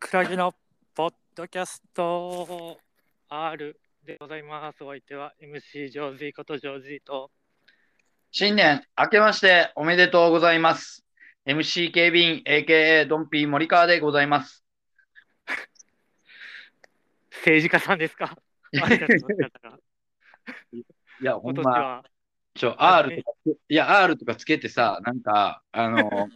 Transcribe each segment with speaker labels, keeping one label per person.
Speaker 1: クラゲのポッドキャスト R でございます。お相手は MC ジョージことジョージと
Speaker 2: 新年明けましておめでとうございます。MC 警備員 AKA ドンピー森川でございます。
Speaker 1: 政治家さんです か
Speaker 2: い
Speaker 1: 挨拶の仕方が
Speaker 2: や、ほ
Speaker 1: 今
Speaker 2: ん
Speaker 1: 年
Speaker 2: ま、
Speaker 1: は
Speaker 2: ちょ、R とかつけ、いや、R とかつけてさ、なんか、あの、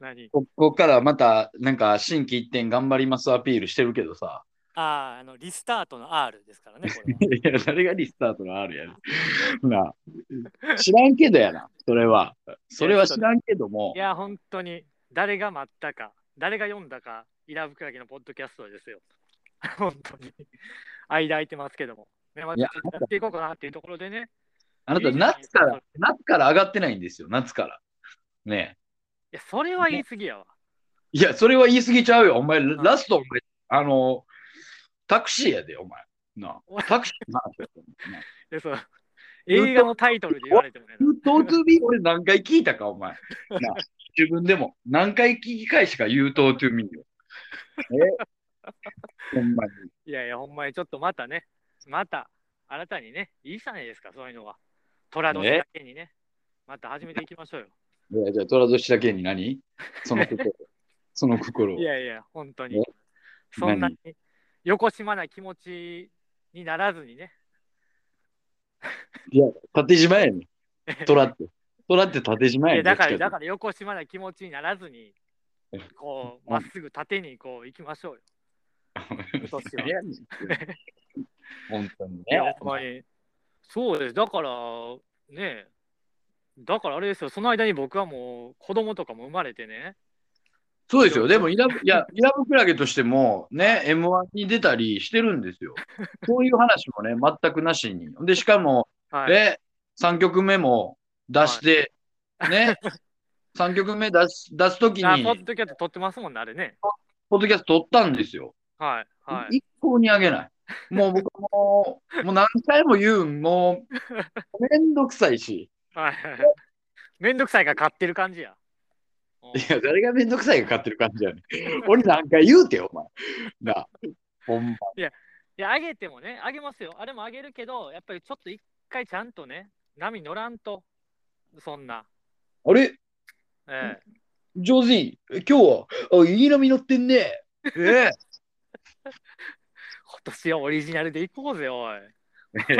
Speaker 1: 何
Speaker 2: こ こからまた、なんか、新規一点頑張りますアピールしてるけどさ、
Speaker 1: ああ、あの、リスタートの R ですからね、こ れ
Speaker 2: いや、誰がリスタートの R やねんなあ知らんけどやな、それは。それは知らんけども
Speaker 1: は。い、や、本当に誰が待ったか、誰が読んだか、イラブクラゲのポッドキャストですよ。本当に。間空いてますけども。ねまた
Speaker 2: い
Speaker 1: や
Speaker 2: や
Speaker 1: っていこうかなっていうところでね。
Speaker 2: あなた、
Speaker 1: いいじゃない
Speaker 2: 夏から、夏から上がってないんですよ、夏から。ね
Speaker 1: い
Speaker 2: え。
Speaker 1: や、それは言い過ぎやわ。
Speaker 2: いや、それは言い過ぎちゃうよ。お前、
Speaker 1: ん
Speaker 2: ラスト、お前、あの、タクシーやで、お前。なあタクシーの話やでお前な。
Speaker 1: でそう映画のタイトルで言われてもね。
Speaker 2: You talk to me? 俺何回聞いたか、お前。なあ自分でも。何回聞き返しか You talk to me よ。えほんまに。
Speaker 1: いやいや、ほんまにちょっとまたね、また新たにね、いいじゃないですか、そういうのは。虎年だけにね、また始めていきましょう よ。
Speaker 2: いや、じゃあ、虎年だけに何その心。その心を
Speaker 1: い。やいや、本当に
Speaker 2: え。
Speaker 1: そんなに
Speaker 2: 何
Speaker 1: よこしまな気持ちにならずにね。
Speaker 2: いや、縦島やねん。虎って。虎って縦島や
Speaker 1: い
Speaker 2: ね
Speaker 1: やだ
Speaker 2: ん。
Speaker 1: から、
Speaker 2: どっ
Speaker 1: だ
Speaker 2: ちか
Speaker 1: からよこしまな気持ちにならず に、こう、
Speaker 2: う
Speaker 1: まっ
Speaker 2: ん
Speaker 1: すぐ縦にこう行きま しょうよ。
Speaker 2: っていうと
Speaker 1: 今年は
Speaker 2: 何やねん本当にね。
Speaker 1: いや、ほんまに。そうです。だから、ねだからあれですよ、その間に僕はもう子供とかも生まれてね。
Speaker 2: そうですよ。
Speaker 1: そうそ
Speaker 2: で
Speaker 1: う
Speaker 2: もイラブ、い や、イラブクラゲとしても、ね、M1 に出たりしてるんですよ。そういう話もね、全くなしに。で、しかも、
Speaker 1: はい、
Speaker 2: ね、3曲目も出して、 ね、3曲目出し出すとき
Speaker 1: あ、
Speaker 2: に
Speaker 1: ポ、ッドキャスト撮ってますもんね、あれね。
Speaker 2: ポッドキャスト撮ったんですよ。
Speaker 1: はい、はい。
Speaker 2: 一向にあげない。もう僕も、 もう何回も言うん、もう、めんどくさいし。
Speaker 1: はい、めんどくさいが買ってる感じや。うん
Speaker 2: いや、誰がめんどくさいが勝ってる感じやねん。俺何回言うてよ、お前。なあ、ほんま。
Speaker 1: いや、あげてもね、あげますよ。あれもあげるけど、やっぱりちょっと一回ちゃんとね、波乗らんと、そんな。
Speaker 2: あれ
Speaker 1: ええ
Speaker 2: ジョージー、今日は、あ、いい波乗ってんね。え
Speaker 1: 今年はオリジナルでいこうぜ、おい。
Speaker 2: え。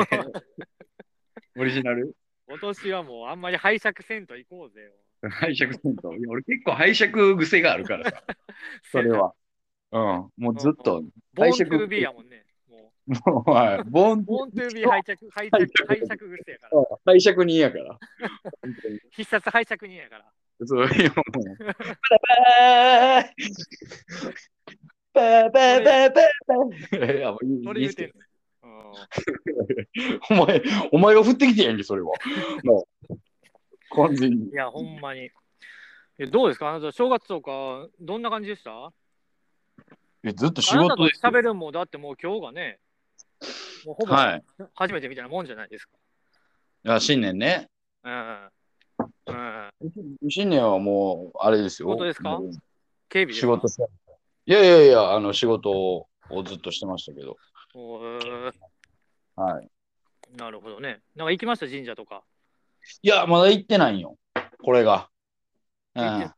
Speaker 2: オリジナル
Speaker 1: 今年はもうあんまり拝借せんといこうぜよ。
Speaker 2: 拝借セント。いや俺結構拝借癖があるからさ、それ。は。うん、もうずっと。
Speaker 1: ボーン
Speaker 2: 拝
Speaker 1: ト
Speaker 2: 借
Speaker 1: ゥービーやもんね。も
Speaker 2: もう、はい。ボン
Speaker 1: う、、ボーントゥービー拝 借、拝借、拝借癖やから。
Speaker 2: 拝借人やから。本当に
Speaker 1: 必殺拝借人やから。
Speaker 2: そう、いやもう。バイバイバイバイバイバイいや、もういい
Speaker 1: それ言うてん
Speaker 2: い
Speaker 1: の。うん
Speaker 2: いっすよお前、お前が振ってきてんやんけ、それは。もう、完全に
Speaker 1: い。や、ほんまに。いやどうですかあなた、正月とか、どんな感じでした
Speaker 2: えずっと仕
Speaker 1: あなた
Speaker 2: 事
Speaker 1: と
Speaker 2: ですよ。
Speaker 1: 喋るんも、だってもう今日がね、もうほぼ
Speaker 2: はい。
Speaker 1: 初めてみたいなもんじゃないですか。
Speaker 2: あ新年ね。
Speaker 1: うん。うん。
Speaker 2: 新年はもう、あれですよ。
Speaker 1: 本当ですか
Speaker 2: もう
Speaker 1: 警備です
Speaker 2: 仕事してましたいやいやいや、あの、仕事をずっとしてましたけど。
Speaker 1: おー
Speaker 2: はい。
Speaker 1: なるほどね。なんか行きました、神社とか。
Speaker 2: いや、まだ行ってないんよ。これが。う
Speaker 1: 行っ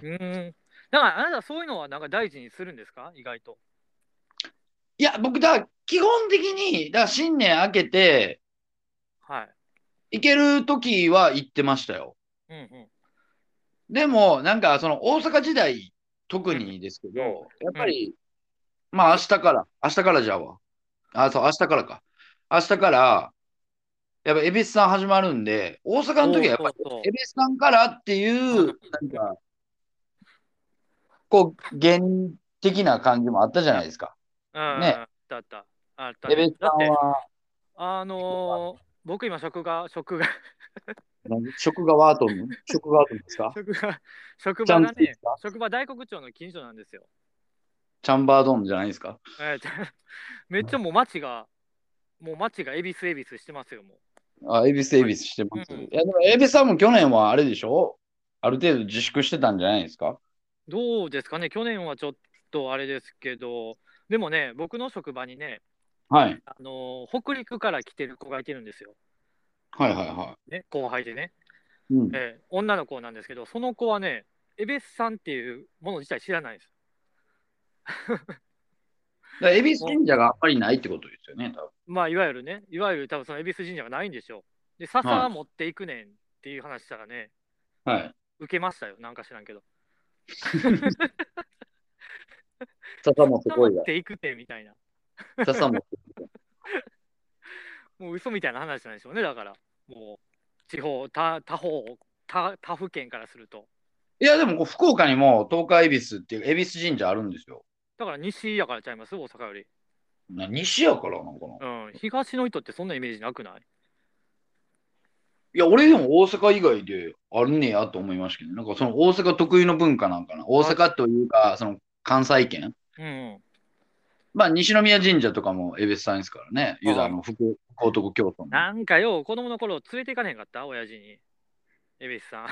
Speaker 1: てう
Speaker 2: ん。
Speaker 1: ん。だから、あなたそういうのはなんか大事にするんですか意外と。
Speaker 2: いや、僕、だから基本的に、だから新年明けて、
Speaker 1: はい。
Speaker 2: 行ける時は行ってましたよ。
Speaker 1: うんうん。
Speaker 2: でも、なんか、その、大阪時代、特にですけど、
Speaker 1: うん
Speaker 2: やっぱり、まあ、明日から、明日からじゃあわ。あ、そう、明日からか。明日から、やっぱ、恵比寿さん始まるんで、大阪の時はやっ
Speaker 1: そ
Speaker 2: ぱり、
Speaker 1: うそうそう
Speaker 2: 恵比寿さんからっていう、なんか、こう、原的な感じもあったじゃないですか。
Speaker 1: うん。
Speaker 2: ね
Speaker 1: あったあった。あった
Speaker 2: 恵比寿さ
Speaker 1: だっ
Speaker 2: ん
Speaker 1: て、
Speaker 2: は、
Speaker 1: あのー僕今職場、職場、
Speaker 2: 何食がワートン、食がワートンですか
Speaker 1: 職場、職
Speaker 2: ち
Speaker 1: 場
Speaker 2: ゃん
Speaker 1: が
Speaker 2: とで
Speaker 1: ね
Speaker 2: す、か
Speaker 1: 職場大黒町の近所なん ですよ。
Speaker 2: チャンバードームじゃないですか。
Speaker 1: えーちょ めっちゃもう街が、もう街が恵比寿恵比寿してますよ、もう。
Speaker 2: あ、恵比寿、恵比寿してます。
Speaker 1: うん
Speaker 2: いや、でも、恵比寿さんも去年はあれでしょある程度自粛してたんじゃないですか
Speaker 1: どうですかね、去年はちょっとあれですけど、でもね、僕の職場にね、
Speaker 2: はい。
Speaker 1: あのー北陸から来てる子がいてるんですよ、
Speaker 2: はいはいは
Speaker 1: ね、後輩でね、
Speaker 2: い。うん。
Speaker 1: えー女の子なんですけど、その子はね、エベスさんっていうもの自体知らないんです。
Speaker 2: だから恵比寿神社があんまりないってことですよね、多分。
Speaker 1: まあ、いわゆるね、いわゆる多分その恵比寿神社がないんでしょう。で、笹は持っていくねんっていう話したらね、
Speaker 2: はい。
Speaker 1: 受けましたよ、なんか知らんけど。
Speaker 2: 笹もす
Speaker 1: 笹
Speaker 2: ごい
Speaker 1: 持
Speaker 2: わ
Speaker 1: っ。 ていくねんみたいな、
Speaker 2: 笹も。
Speaker 1: もう嘘みたいな話なんでしょうね、だから、もう、地方、他他方、他他府県からすると。
Speaker 2: いや、でもこう福岡にも東海恵比寿っていう恵比寿神社あるんですよ。
Speaker 1: だから西やからちゃいます、大阪より。
Speaker 2: な西やからなんかな。
Speaker 1: うん、東の人ってそんなイメージなくない
Speaker 2: いや、俺でも大阪以外であるねやと思いましたけど、なんかその大阪特有の文化なんかな。大阪というか、その関西圏。
Speaker 1: うん。
Speaker 2: まあ、西宮神社とかも恵比寿さんですからね。ユダの福福徳教祖の。
Speaker 1: なんかよ、子供の頃連れて行かねへんかった親父に。恵比寿さん。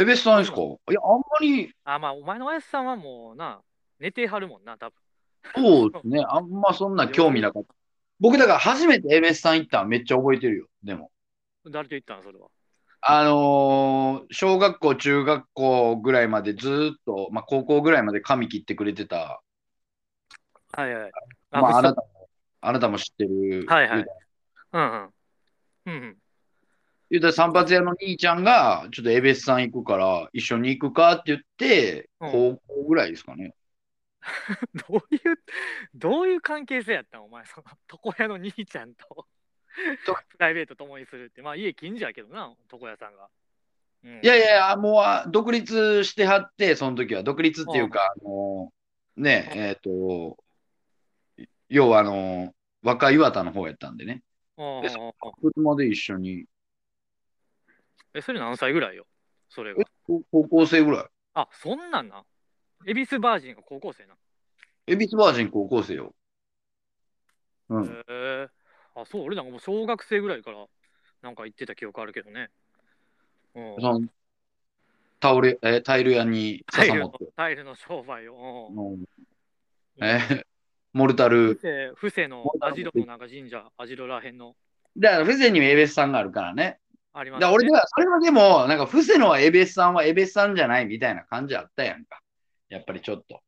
Speaker 2: 恵比寿さんですかいや、あんまり、
Speaker 1: あ、まあ、お前の親父さんはもうな、寝てはるもんな、多分
Speaker 2: そうですね。あんまそんな興味なかった。僕、だから初めて恵比寿さん行ったのめっちゃ覚えてるよ。でも。
Speaker 1: 誰と行ったの、それは。
Speaker 2: あのー小学校、中学校ぐらいまでずーっと、まあ、高校ぐらいまで髪切ってくれてた、
Speaker 1: はいはい。
Speaker 2: まあ、あなたも、あなたも知ってる、
Speaker 1: はいはい
Speaker 2: ユダ
Speaker 1: うんうん。うんうん。
Speaker 2: ユダ散髪屋の兄ちゃんが、ちょっと恵比寿さん行くから、一緒に行くかって言って、
Speaker 1: うん
Speaker 2: 高校ぐらいですかね。
Speaker 1: どういう、どういう関係性やったん、お前、その 床屋の兄ちゃんと
Speaker 2: と
Speaker 1: プライベート共にするって、まあ家近所やけどな、床屋さんが。うん、
Speaker 2: いやいやいや、もうあ独立してはって、その時は、独立っていうか、あのーね、
Speaker 1: うん
Speaker 2: えっと、要は、あのー若い岩田の方やったんでね、
Speaker 1: うんうんうん
Speaker 2: 車で一緒に、
Speaker 1: え、それ何歳ぐらいよ、それが。
Speaker 2: 高高校生ぐらい。
Speaker 1: あ、そんなんな。恵比寿バージンが高校生な。
Speaker 2: エビスバージン高校生よ。う
Speaker 1: へ
Speaker 2: ん。
Speaker 1: え。あ、そう、俺なんかもう小学生ぐらいからなんか行ってた記憶あるけどね。うん。
Speaker 2: そのタオル、えータイル屋に
Speaker 1: タイ
Speaker 2: 笹
Speaker 1: ル
Speaker 2: 持っ
Speaker 1: の
Speaker 2: て、
Speaker 1: タイルの商売を。うん
Speaker 2: うんえーモルタル
Speaker 1: 布。施布施のアジロのなんか神社、アジロらへんの
Speaker 2: だから、フェゼにもエベスさんがあるからね。
Speaker 1: ありま
Speaker 2: だ
Speaker 1: す
Speaker 2: か
Speaker 1: ね。
Speaker 2: ら俺では、それはでも、なんか、フセのはエベスさんはエベスさんじゃないみたいな感じあったやんか。やっぱりちょっと。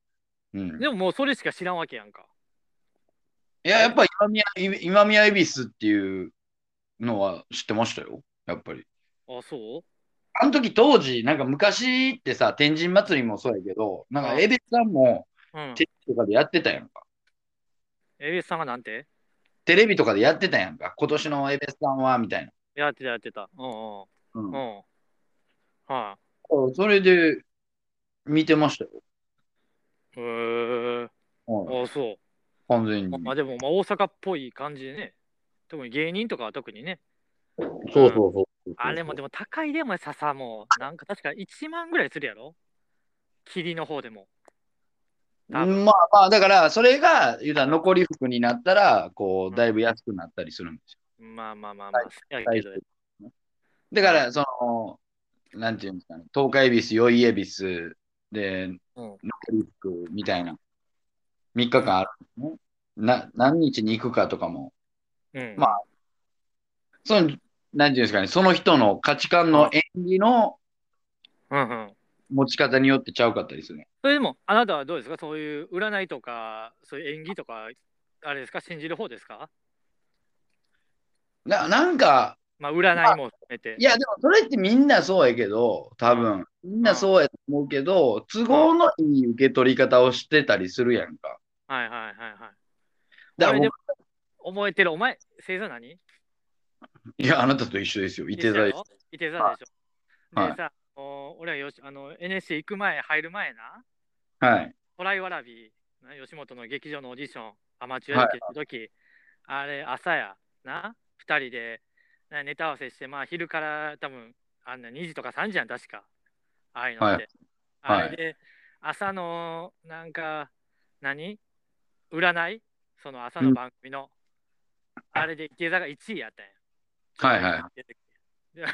Speaker 2: うん。い
Speaker 1: でももうそれしか知らんわけやんか。
Speaker 2: や、やっぱ今宮、今宮エビスっていうのは知ってましたよ。やっぱり。
Speaker 1: あ、そう
Speaker 2: あの時当時、なんか昔ってさ、天神祭りもそうやけど、なんかエベスさんも
Speaker 1: うん。
Speaker 2: テレビとかでやってたやんか。
Speaker 1: エビスさんがなんて
Speaker 2: テレビとかでやってたやんか。今年のエベスさんは、みたいな。
Speaker 1: やってたやってた。うんうん。う。
Speaker 2: うん
Speaker 1: は
Speaker 2: ん。それで、見てましたよ。
Speaker 1: い。へえ。
Speaker 2: うん
Speaker 1: あ、そう。
Speaker 2: 完全に。
Speaker 1: まあでも、まあ、大阪っぽい感じでね。特に芸人とかは特にね。
Speaker 2: そうそうそうそう。
Speaker 1: あれもでも高いで、お前、笹も。なんか確か1万ぐらいするやろ霧の方でも。多分
Speaker 2: まあまあ、だから、それが、言うたら残り服になったら、こ
Speaker 1: うん
Speaker 2: う、だいぶ安くなったりするんですよ。
Speaker 1: まあまあまあまあ。せやけど
Speaker 2: だから、その、なんていうんですかね、東海恵比寿、宵恵比寿で、残り服みたいな、3日間あるのね。な、何日に行くかとかも、
Speaker 1: うん。
Speaker 2: まあその、なんていうんですかね、その人の価値観の演技の
Speaker 1: うんうん。
Speaker 2: 持ち方によってちゃうかったりするね。
Speaker 1: それでも、あなたはどうですかそういう占いとか、そういう演技とか、あれですか信じる方ですか
Speaker 2: な、なんか、
Speaker 1: まあ、占いも含めて。
Speaker 2: いや、でもそれってみんなそうやけど、多分、みんなそうやと思うけど、都合のいい受け取り方をしてたりするやんか。
Speaker 1: はいはいはいはい。
Speaker 2: だから
Speaker 1: 俺で
Speaker 2: 僕
Speaker 1: も覚えてる、お前、星座何
Speaker 2: いや、あなたと一緒ですよ。い
Speaker 1: いて
Speaker 2: て
Speaker 1: 座
Speaker 2: 座
Speaker 1: でし
Speaker 2: です
Speaker 1: ょ。いて座でしょ。
Speaker 2: はい
Speaker 1: でさ、お俺はよしあの NSC 行く前、入る前な、
Speaker 2: はい。
Speaker 1: トライワラビー、な吉本の劇場のオーディション、アマチュアやってる時、あれ、朝や、な、2人でなネタ合わせして、まあ、昼から多分あんな2時とか3時やん、確か。ああいうのって。
Speaker 2: はい
Speaker 1: あれで、朝の、なんか、何占いその朝の番組の、あれで、池田が1位やったんや。
Speaker 2: はいはい。
Speaker 1: で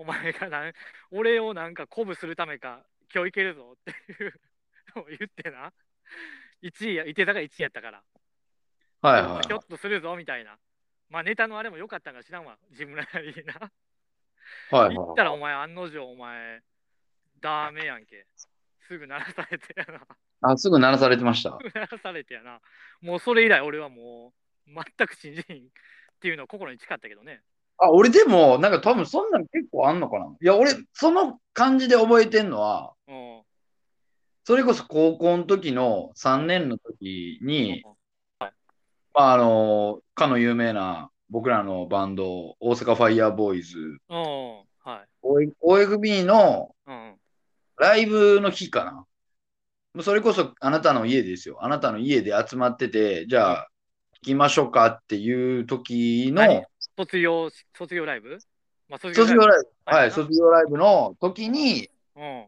Speaker 1: お前がなん俺をなんか鼓舞するためか今日いけるぞっていうのを言ってな、1位や、いてたが1位やったから、
Speaker 2: はいはい
Speaker 1: ひょっとするぞみたいな。まあネタのあれも良かったんか知らんわ、自分らにな。
Speaker 2: はい。はい
Speaker 1: 行ったらお前、案の定お前、ダメやんけ。すぐ鳴らされてやな。
Speaker 2: あ、すぐ鳴らされてました。
Speaker 1: 鳴らされてやな。もうそれ以来俺はもう、全く信じんっていうのを心に誓ったけどね。
Speaker 2: あ、俺でも、なんか多分そんなの結構あんのかな。いや、俺、その感じで覚えてんのは、
Speaker 1: うん。
Speaker 2: それこそ高校の時の3年の時に、まあ、あの、かの有名な僕らのバンド、大阪ファイヤーボーイズ、
Speaker 1: うん。うん。はい。
Speaker 2: OFB の
Speaker 1: うん。
Speaker 2: ライブの日かな。もうそれこそあなたの家ですよ。あなたの家で集まってて、じゃあ、行きましょうかっていう時
Speaker 1: 何
Speaker 2: の、
Speaker 1: 卒業し、卒業ライブまあ、卒
Speaker 2: 卒業ライブ、
Speaker 1: は
Speaker 2: はいい、卒業ライブの時に、
Speaker 1: うん。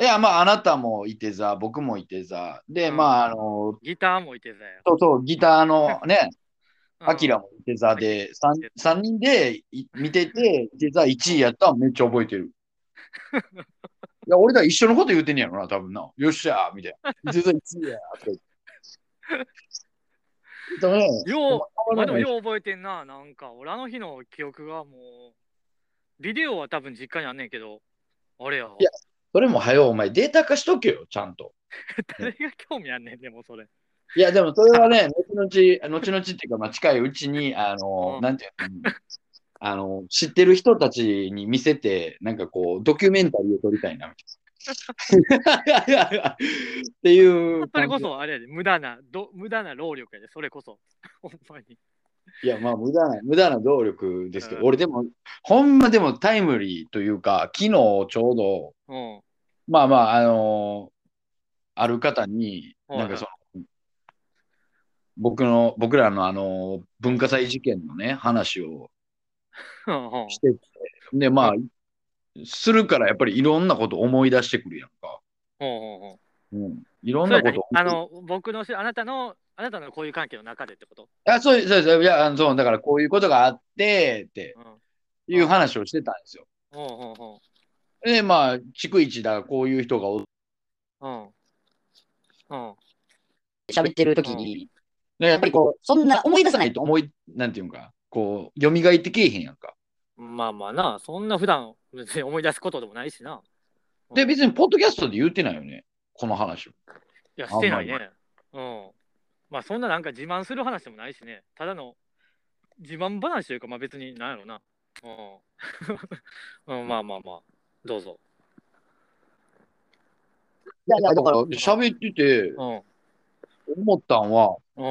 Speaker 2: いや、まあ、あなたもいてざ、僕もいてざ、で、
Speaker 1: うん
Speaker 2: まあ、あの、
Speaker 1: ギターもいてたよ。
Speaker 2: そうそう、ギターのね、
Speaker 1: うん
Speaker 2: アキラもいてざで、三三人でい見 てて、いてざ1位やったらめっちゃ覚えてる。いや、俺ら一緒のこと言うてんねやろな、多分な。よっしゃーみたいな。いてざ1位やとか 言って。でもね、
Speaker 1: よう、まあ、でも
Speaker 2: ね
Speaker 1: よう覚えてんな。なんか、俺あの日の記憶がもう、ビデオは多分実家にあんねんけど、あれや。
Speaker 2: いやそれも早う、お前、データ化しとけよ、ちゃんと。
Speaker 1: 誰が興味あんねん、でもそれ。
Speaker 2: いや、でもそれはね、後々、後々っていうか、まあ、近いうちに、あの、
Speaker 1: うん
Speaker 2: なんていうの、あの、知ってる人たちに見せて、なんかこう、ドキュメンタリーを撮りたいな、みたいな。っていう。
Speaker 1: それこ。そ、あれやで、無駄な、ど無駄な労力やで、それこそ。 ほんまに。
Speaker 2: いや、まあ、無駄な、無駄な動力ですけど、
Speaker 1: うん
Speaker 2: 俺でも、ほんまでもタイムリーというか、昨日ちょうど、
Speaker 1: うん。
Speaker 2: まあまあ、あのある方に、
Speaker 1: はい
Speaker 2: なんかその、僕の、僕らのあの、文化祭事件のね、話を、
Speaker 1: うんうん
Speaker 2: してて、で、まあ、するからやっぱりいろんなこと思い出してくるやんか。
Speaker 1: うんうんうん
Speaker 2: うん、いろん
Speaker 1: それ
Speaker 2: な
Speaker 1: は
Speaker 2: こ
Speaker 1: 何
Speaker 2: と。
Speaker 1: あの、僕のし、あなたの、あなたの交友関係の中でってこと
Speaker 2: あそうです、そうです。いや、あのそう、だからこういうことがあって、って
Speaker 1: うん。
Speaker 2: いう話をしてたんですよ。
Speaker 1: うんうんうん
Speaker 2: で、まあ、逐一だ、こういう人がお
Speaker 1: うん。うん。
Speaker 3: 喋ってる時に、
Speaker 2: ねや
Speaker 3: や
Speaker 2: っ
Speaker 3: っ
Speaker 2: ぱ
Speaker 3: ぱ
Speaker 2: り
Speaker 3: り
Speaker 2: こ
Speaker 3: こう、そんな思い出
Speaker 2: う、
Speaker 3: さな
Speaker 2: ない
Speaker 3: い
Speaker 2: と思い、なんていうんか、こう、蘇ってけえへんやんか。
Speaker 1: まあまあな、そんな普段別に思い出すことでもないしな。
Speaker 2: で、別に、ポッドキャストで言ってないよね、この話を。
Speaker 1: いや、
Speaker 2: あんま
Speaker 1: して
Speaker 2: り
Speaker 1: ないね。うん。まあそんななんか自慢する話でもないしね。ただの自慢話というか、まあ別になんやろな。うん。うん、 まあまあまあ。どうぞ。
Speaker 3: いやいや、
Speaker 2: だ
Speaker 3: だか
Speaker 2: か、
Speaker 3: らら、
Speaker 2: 喋ってて、
Speaker 1: うん。
Speaker 2: 思ったんは、
Speaker 1: うん。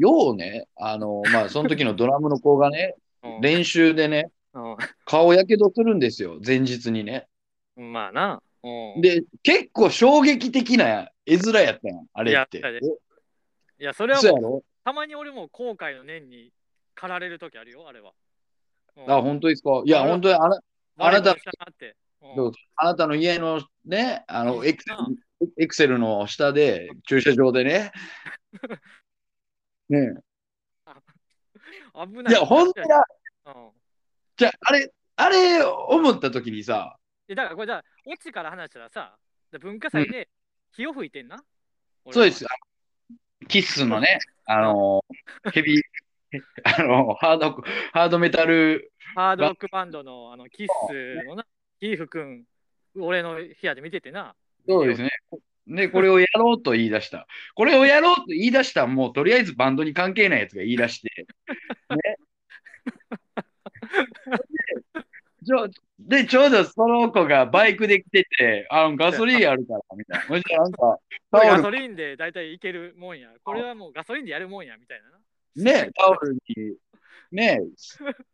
Speaker 2: ようね、あの、まあ、その時のドラムの子がね、
Speaker 1: うん
Speaker 2: 練習でね、顔やけどするんですよ、前日にね。
Speaker 1: うん。まあな。うん。
Speaker 2: で、結構衝撃的な絵面やったやん、あれって。
Speaker 1: いや
Speaker 2: え
Speaker 1: いや、それは
Speaker 2: そうや
Speaker 1: もう
Speaker 2: ろ
Speaker 1: たまに俺も後悔の念に駆られるときあるよ、あれは。うん
Speaker 2: あ、本当ですかいや、
Speaker 1: うん
Speaker 2: 本当にあなあなた
Speaker 1: 我慢したなって。うん
Speaker 2: どうあなたの家のね、あの、
Speaker 1: うん
Speaker 2: エクセルエクセルの下で、駐車場でね。ね
Speaker 1: 危
Speaker 2: え
Speaker 1: ない
Speaker 2: いや、本当だ。
Speaker 1: うん
Speaker 2: じゃあ、あれ、あれ、思った時にさ、
Speaker 1: えだからこれだ、オチから話したらさ、で文化祭で火を吹いてんな。
Speaker 2: そうです
Speaker 1: よ。
Speaker 2: よ。キッスのね、あの、ヘビー、 あの、ハード、ハードメタル、
Speaker 1: ハードロックバンドのあのキッスのな、キーフくん、俺の部屋で見ててな。
Speaker 2: そうですね。ね、これをやろうと言い出した。これをやろうと言い出した、もうとりあえずバンドに関係ないやつが言い出して。ね。で、ちょでちょうどその子がバイクで来てて、あガソリンあるから、みたいな。もしなんか、
Speaker 1: これ
Speaker 2: タ
Speaker 1: ガ
Speaker 2: オ
Speaker 1: ソ
Speaker 2: ル、
Speaker 1: リンで大体いけるもんや。これはもうガソリンでやるもんや、みたいなな。
Speaker 2: ね、タオルに、ね、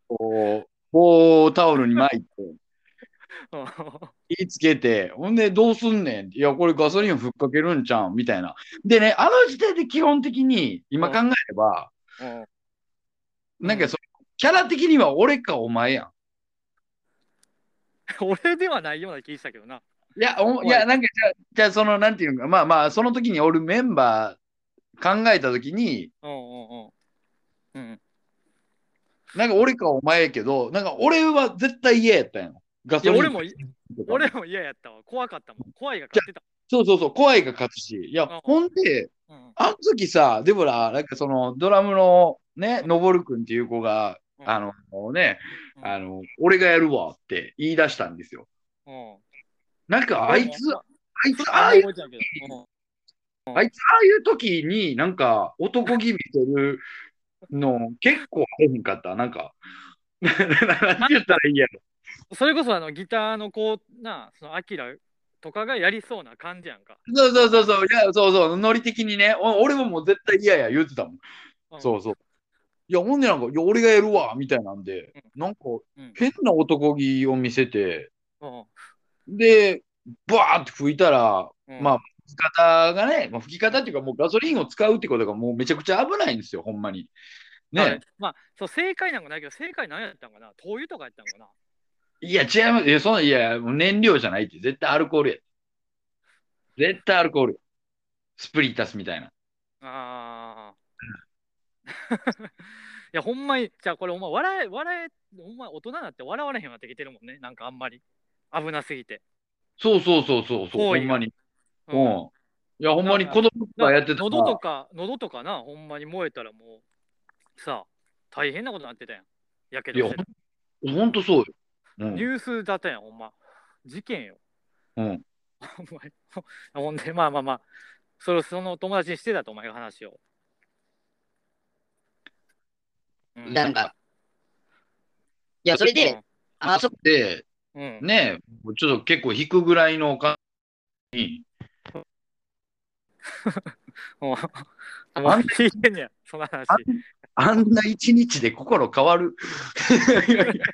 Speaker 2: こう、棒をタオルに巻いて、
Speaker 1: うん
Speaker 2: 火つけて、ほんで、どうすんねん。いや、これガソリンふっかけるんちゃうんみたいな。でね、あの時点で基本的に、今考えれば、
Speaker 1: うん
Speaker 2: なんかそのキャラ的には俺かお前や
Speaker 1: 俺ではないような気したけどな。
Speaker 2: ん。いや、お
Speaker 1: い
Speaker 2: いやなんかじゃあ、じゃあその、なんていうのか、まあまあ、その時におるメンバー考えた時に、
Speaker 1: うんうんうん。うん、
Speaker 2: なんか俺かお前やけど、なんか俺は絶対嫌やったんやん。ガ
Speaker 1: い
Speaker 2: ソ
Speaker 1: や
Speaker 2: リン。
Speaker 1: 俺もい俺も嫌やったわ。怖かったもん。怖いが勝ってた。
Speaker 2: そうそうそう、怖いが勝つし。いや、
Speaker 1: うん
Speaker 2: ほんで、
Speaker 1: うん
Speaker 2: あの時さ、デボラ、なんかそのドラムのね、のぼるくんっていう子が、
Speaker 1: うん
Speaker 2: あのね、
Speaker 1: うん
Speaker 2: あの、俺がやるわって言い出したんですよ。
Speaker 1: うん
Speaker 2: なんかあいつ、あいつ、あ
Speaker 1: あ
Speaker 2: あ
Speaker 1: あ
Speaker 2: い、
Speaker 1: いううけど。
Speaker 2: あいつ、ああいう時になんか男気見てるの結構あれへんかった。なんか、 なんて言ったらいいやろ。
Speaker 1: うんそれこそあのギターの子な、そのアキラとかがやりそうな感じやんか。
Speaker 2: そうそうそうそう、いや、そうそう、ノリ的にね、お俺ももう絶対嫌や言ってたもん。
Speaker 1: うん
Speaker 2: そうそう。いや、ほんでなんか、いや、俺がやるわ、みたいなんで、なんか
Speaker 1: うん、
Speaker 2: 変な男気を見せて、
Speaker 1: うん
Speaker 2: で、バーって吹いたら、
Speaker 1: うん
Speaker 2: まあ、吹き方がね、まあ、吹き方っていうか、もうガソリンを使うってことがもうめちゃくちゃ危ないんですよ、ほんまに。ね。
Speaker 1: まあ、そう正解なんかないけど、正解なんやったんかな灯油とかやったんかない
Speaker 2: や、違います。いや、その、いや、もう燃料じゃないって、絶対アルコールや。絶対アルコールや。スプリッタスみたいな。
Speaker 1: ああ。いや、ほんまに、じゃあこれ、お前、笑え、笑え、ほんま、大人になって笑われへんようになってきてるもんね。なんかあんまり。危なすぎて。
Speaker 2: そうそうそうそう、
Speaker 1: 行
Speaker 2: そうほ
Speaker 1: 為が
Speaker 2: んまに。
Speaker 1: う
Speaker 2: うん。いや、ほんまに子供
Speaker 1: な
Speaker 2: がやってたら
Speaker 1: 喉とか、喉とかな、ほんまに燃えたらもう、さ、大変なことになってたやん。やけ
Speaker 2: いや
Speaker 1: どしてた、
Speaker 2: ほんとそうよ。う
Speaker 1: ニ
Speaker 2: ん。
Speaker 1: ュースだったやん、ほんま。事件よ。
Speaker 2: うん、
Speaker 1: お前ほんで、まあまあまあ、それをその友達にしてたと、お前が話を。う
Speaker 3: いやなんか、いや、それで、あ、そ
Speaker 2: で、
Speaker 1: うん、
Speaker 2: ねえ、ちょっと結構引くぐらいのお金に、
Speaker 1: もう、もう聞いてんねや、その話。
Speaker 2: あんな一日で心変わる。いやいや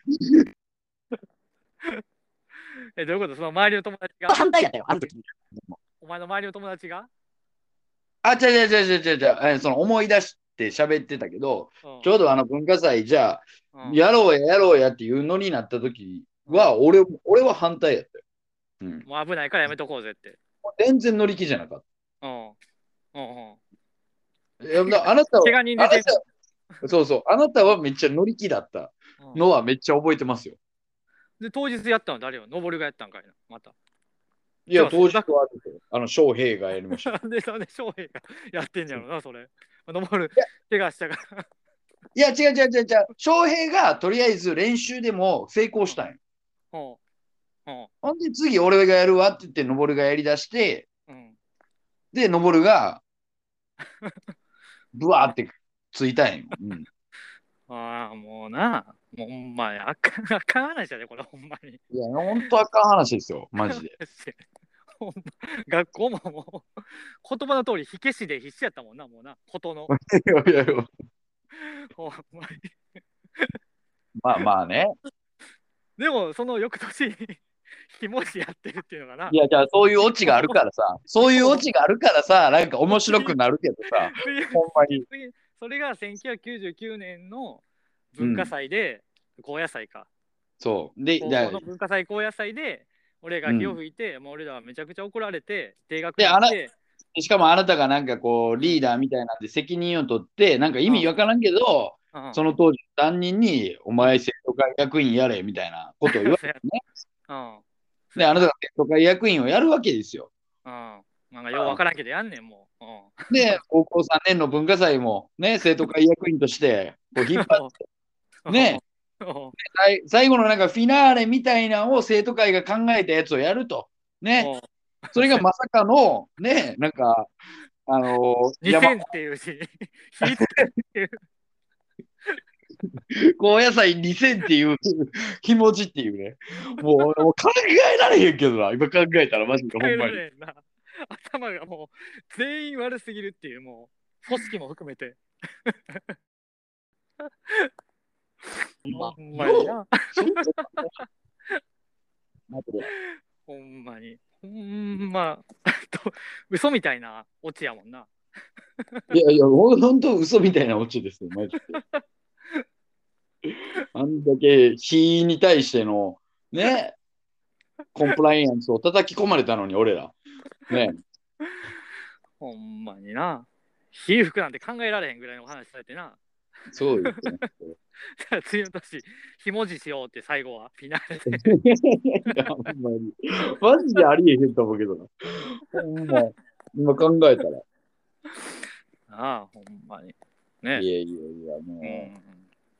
Speaker 1: え、どういうことその周りの友達が
Speaker 3: う、反対だったよ、あの時。
Speaker 1: お前の周りの友達が、
Speaker 2: あ、違う違う違う違う違うえその思い出して喋ってたけど、
Speaker 1: うん
Speaker 2: ちょうどあの文化祭じゃ
Speaker 1: う
Speaker 2: あ、
Speaker 1: ん、
Speaker 2: やろうややろうやっていうのになった時は、俺も、俺は反対やったよ。うん。
Speaker 1: もう危ないからやめとこうぜって。
Speaker 2: 全然乗り気じゃなかっ
Speaker 1: うん。うんうん。
Speaker 2: た。いやだからあなたは、
Speaker 1: 怪我人出てる
Speaker 2: あなたそうそう、あなたはめっちゃ乗り気だった
Speaker 1: うん
Speaker 2: のはめっちゃ覚えてますよ。
Speaker 1: で、当日やったの誰よ登るがやったんかいな、ま た。
Speaker 2: いや、
Speaker 1: そう
Speaker 2: 当
Speaker 1: そう
Speaker 2: 時はあるけどあの、翔平がやりました。
Speaker 1: なんで、なんで翔平がやってんじゃろうな、それ。登る
Speaker 2: いや、
Speaker 1: 怪我したから。
Speaker 2: いや、違う違う違う違う。翔平がとりあえず練習でも成功したんよ。
Speaker 1: うん。うん。
Speaker 2: ほんで、次俺がやるわって言って、登がやりだして、
Speaker 1: うん。
Speaker 2: で、登が、ブワーってついたんよ。うん、
Speaker 1: ああ、もうな、もうほんまに、あかん、あかん話やで、これ、ほんまに。
Speaker 2: いや、ほんとあかん話ですよ、マジで。
Speaker 1: ほんま学校ももう、言葉の通り、火消しで必死やったもんな、もうな、こと の。
Speaker 2: いやいや
Speaker 1: ほんまに
Speaker 2: まあまあね。
Speaker 1: でも、その翌年に、ひもしやってるっていうのがな、
Speaker 2: いや、じゃあそういうオチがあるからさ、そういうオチがあるからさ、なんか面白くなるけどさ、
Speaker 1: 冬
Speaker 2: ほんまに。
Speaker 1: 次それが1999年の文化祭で、高野祭か。
Speaker 2: そう。で、
Speaker 1: 高
Speaker 2: じゃ
Speaker 1: 校
Speaker 2: あ
Speaker 1: の文化祭高野祭で、俺が火を吹いて、もう俺らはめちゃくちゃ怒られて、定額
Speaker 2: であら
Speaker 1: て、
Speaker 2: しかもあなたがなんかこう、リーダーみたいなんで責任を取って、なんか意味わからんけど、
Speaker 1: うん
Speaker 2: その当時の担任に、お前生徒会役員やれみたいなことを言われてね。
Speaker 1: うん。
Speaker 2: で、あなたが生徒会役員をやるわけですよ。
Speaker 1: うん。なんかようわからんけどやんねん、もう。うん。
Speaker 2: で、高校3年の文化祭も、ね、生徒会役員として、こう引っ 張って、ね
Speaker 1: うん
Speaker 2: 最最後のなんかフィナーレみたいなのを生徒会が考えたやつをやると。ね、
Speaker 1: も
Speaker 2: それがまさかの、ね、なんか、あの
Speaker 1: う
Speaker 2: ー、山
Speaker 1: 2000っていうし、火つけ
Speaker 2: 高野菜2000っていうひもじっていうね。もうもう考えられへんけどな、今考えたらマジでほ
Speaker 1: ら
Speaker 2: んま
Speaker 1: れ
Speaker 2: に。
Speaker 1: へんな。頭がもう全員悪すぎるっていう、もう組織も含めて。
Speaker 2: ま
Speaker 1: ほんまにな。
Speaker 2: マジで
Speaker 1: ほんまに。ほんま、 と嘘みたいなオチやもんな。
Speaker 2: いやいや、ほんほんと嘘みたいなオチですよ、マジで。あんだけ非に対してのね、コンプライアンスを叩き込まれたのに、俺ら。ね、
Speaker 1: ほんまにな。火服なんて考えられへんぐらいの話されてな。
Speaker 2: そうですね。
Speaker 1: 次の年、ひもじしようって最後はフィナーレで。
Speaker 2: ほんまに。マジでありえへんと思うけどな。ほんま、今考えたら。
Speaker 1: ああ、ほんまに。ね
Speaker 2: いやいやいや、も
Speaker 1: うんうん
Speaker 2: う。
Speaker 1: うん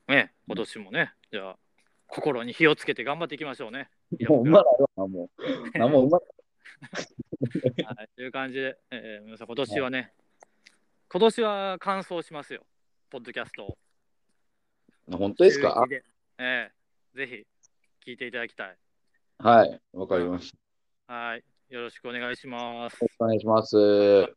Speaker 1: ね今年もね、じゃあ、心に火をつけて頑張っていきましょうね。
Speaker 2: もううまないわ、もう。なんもうまない。
Speaker 1: はい、という感じで、えー皆さん、今年はね、今年は完走しますよ、ポッドキャストを。
Speaker 2: 本当です
Speaker 1: 週
Speaker 2: か
Speaker 1: 一でええぜひ、聞いていただきたい。
Speaker 2: はい、わかりまし
Speaker 1: はい、よろしくお願いします。
Speaker 2: た。お願いします。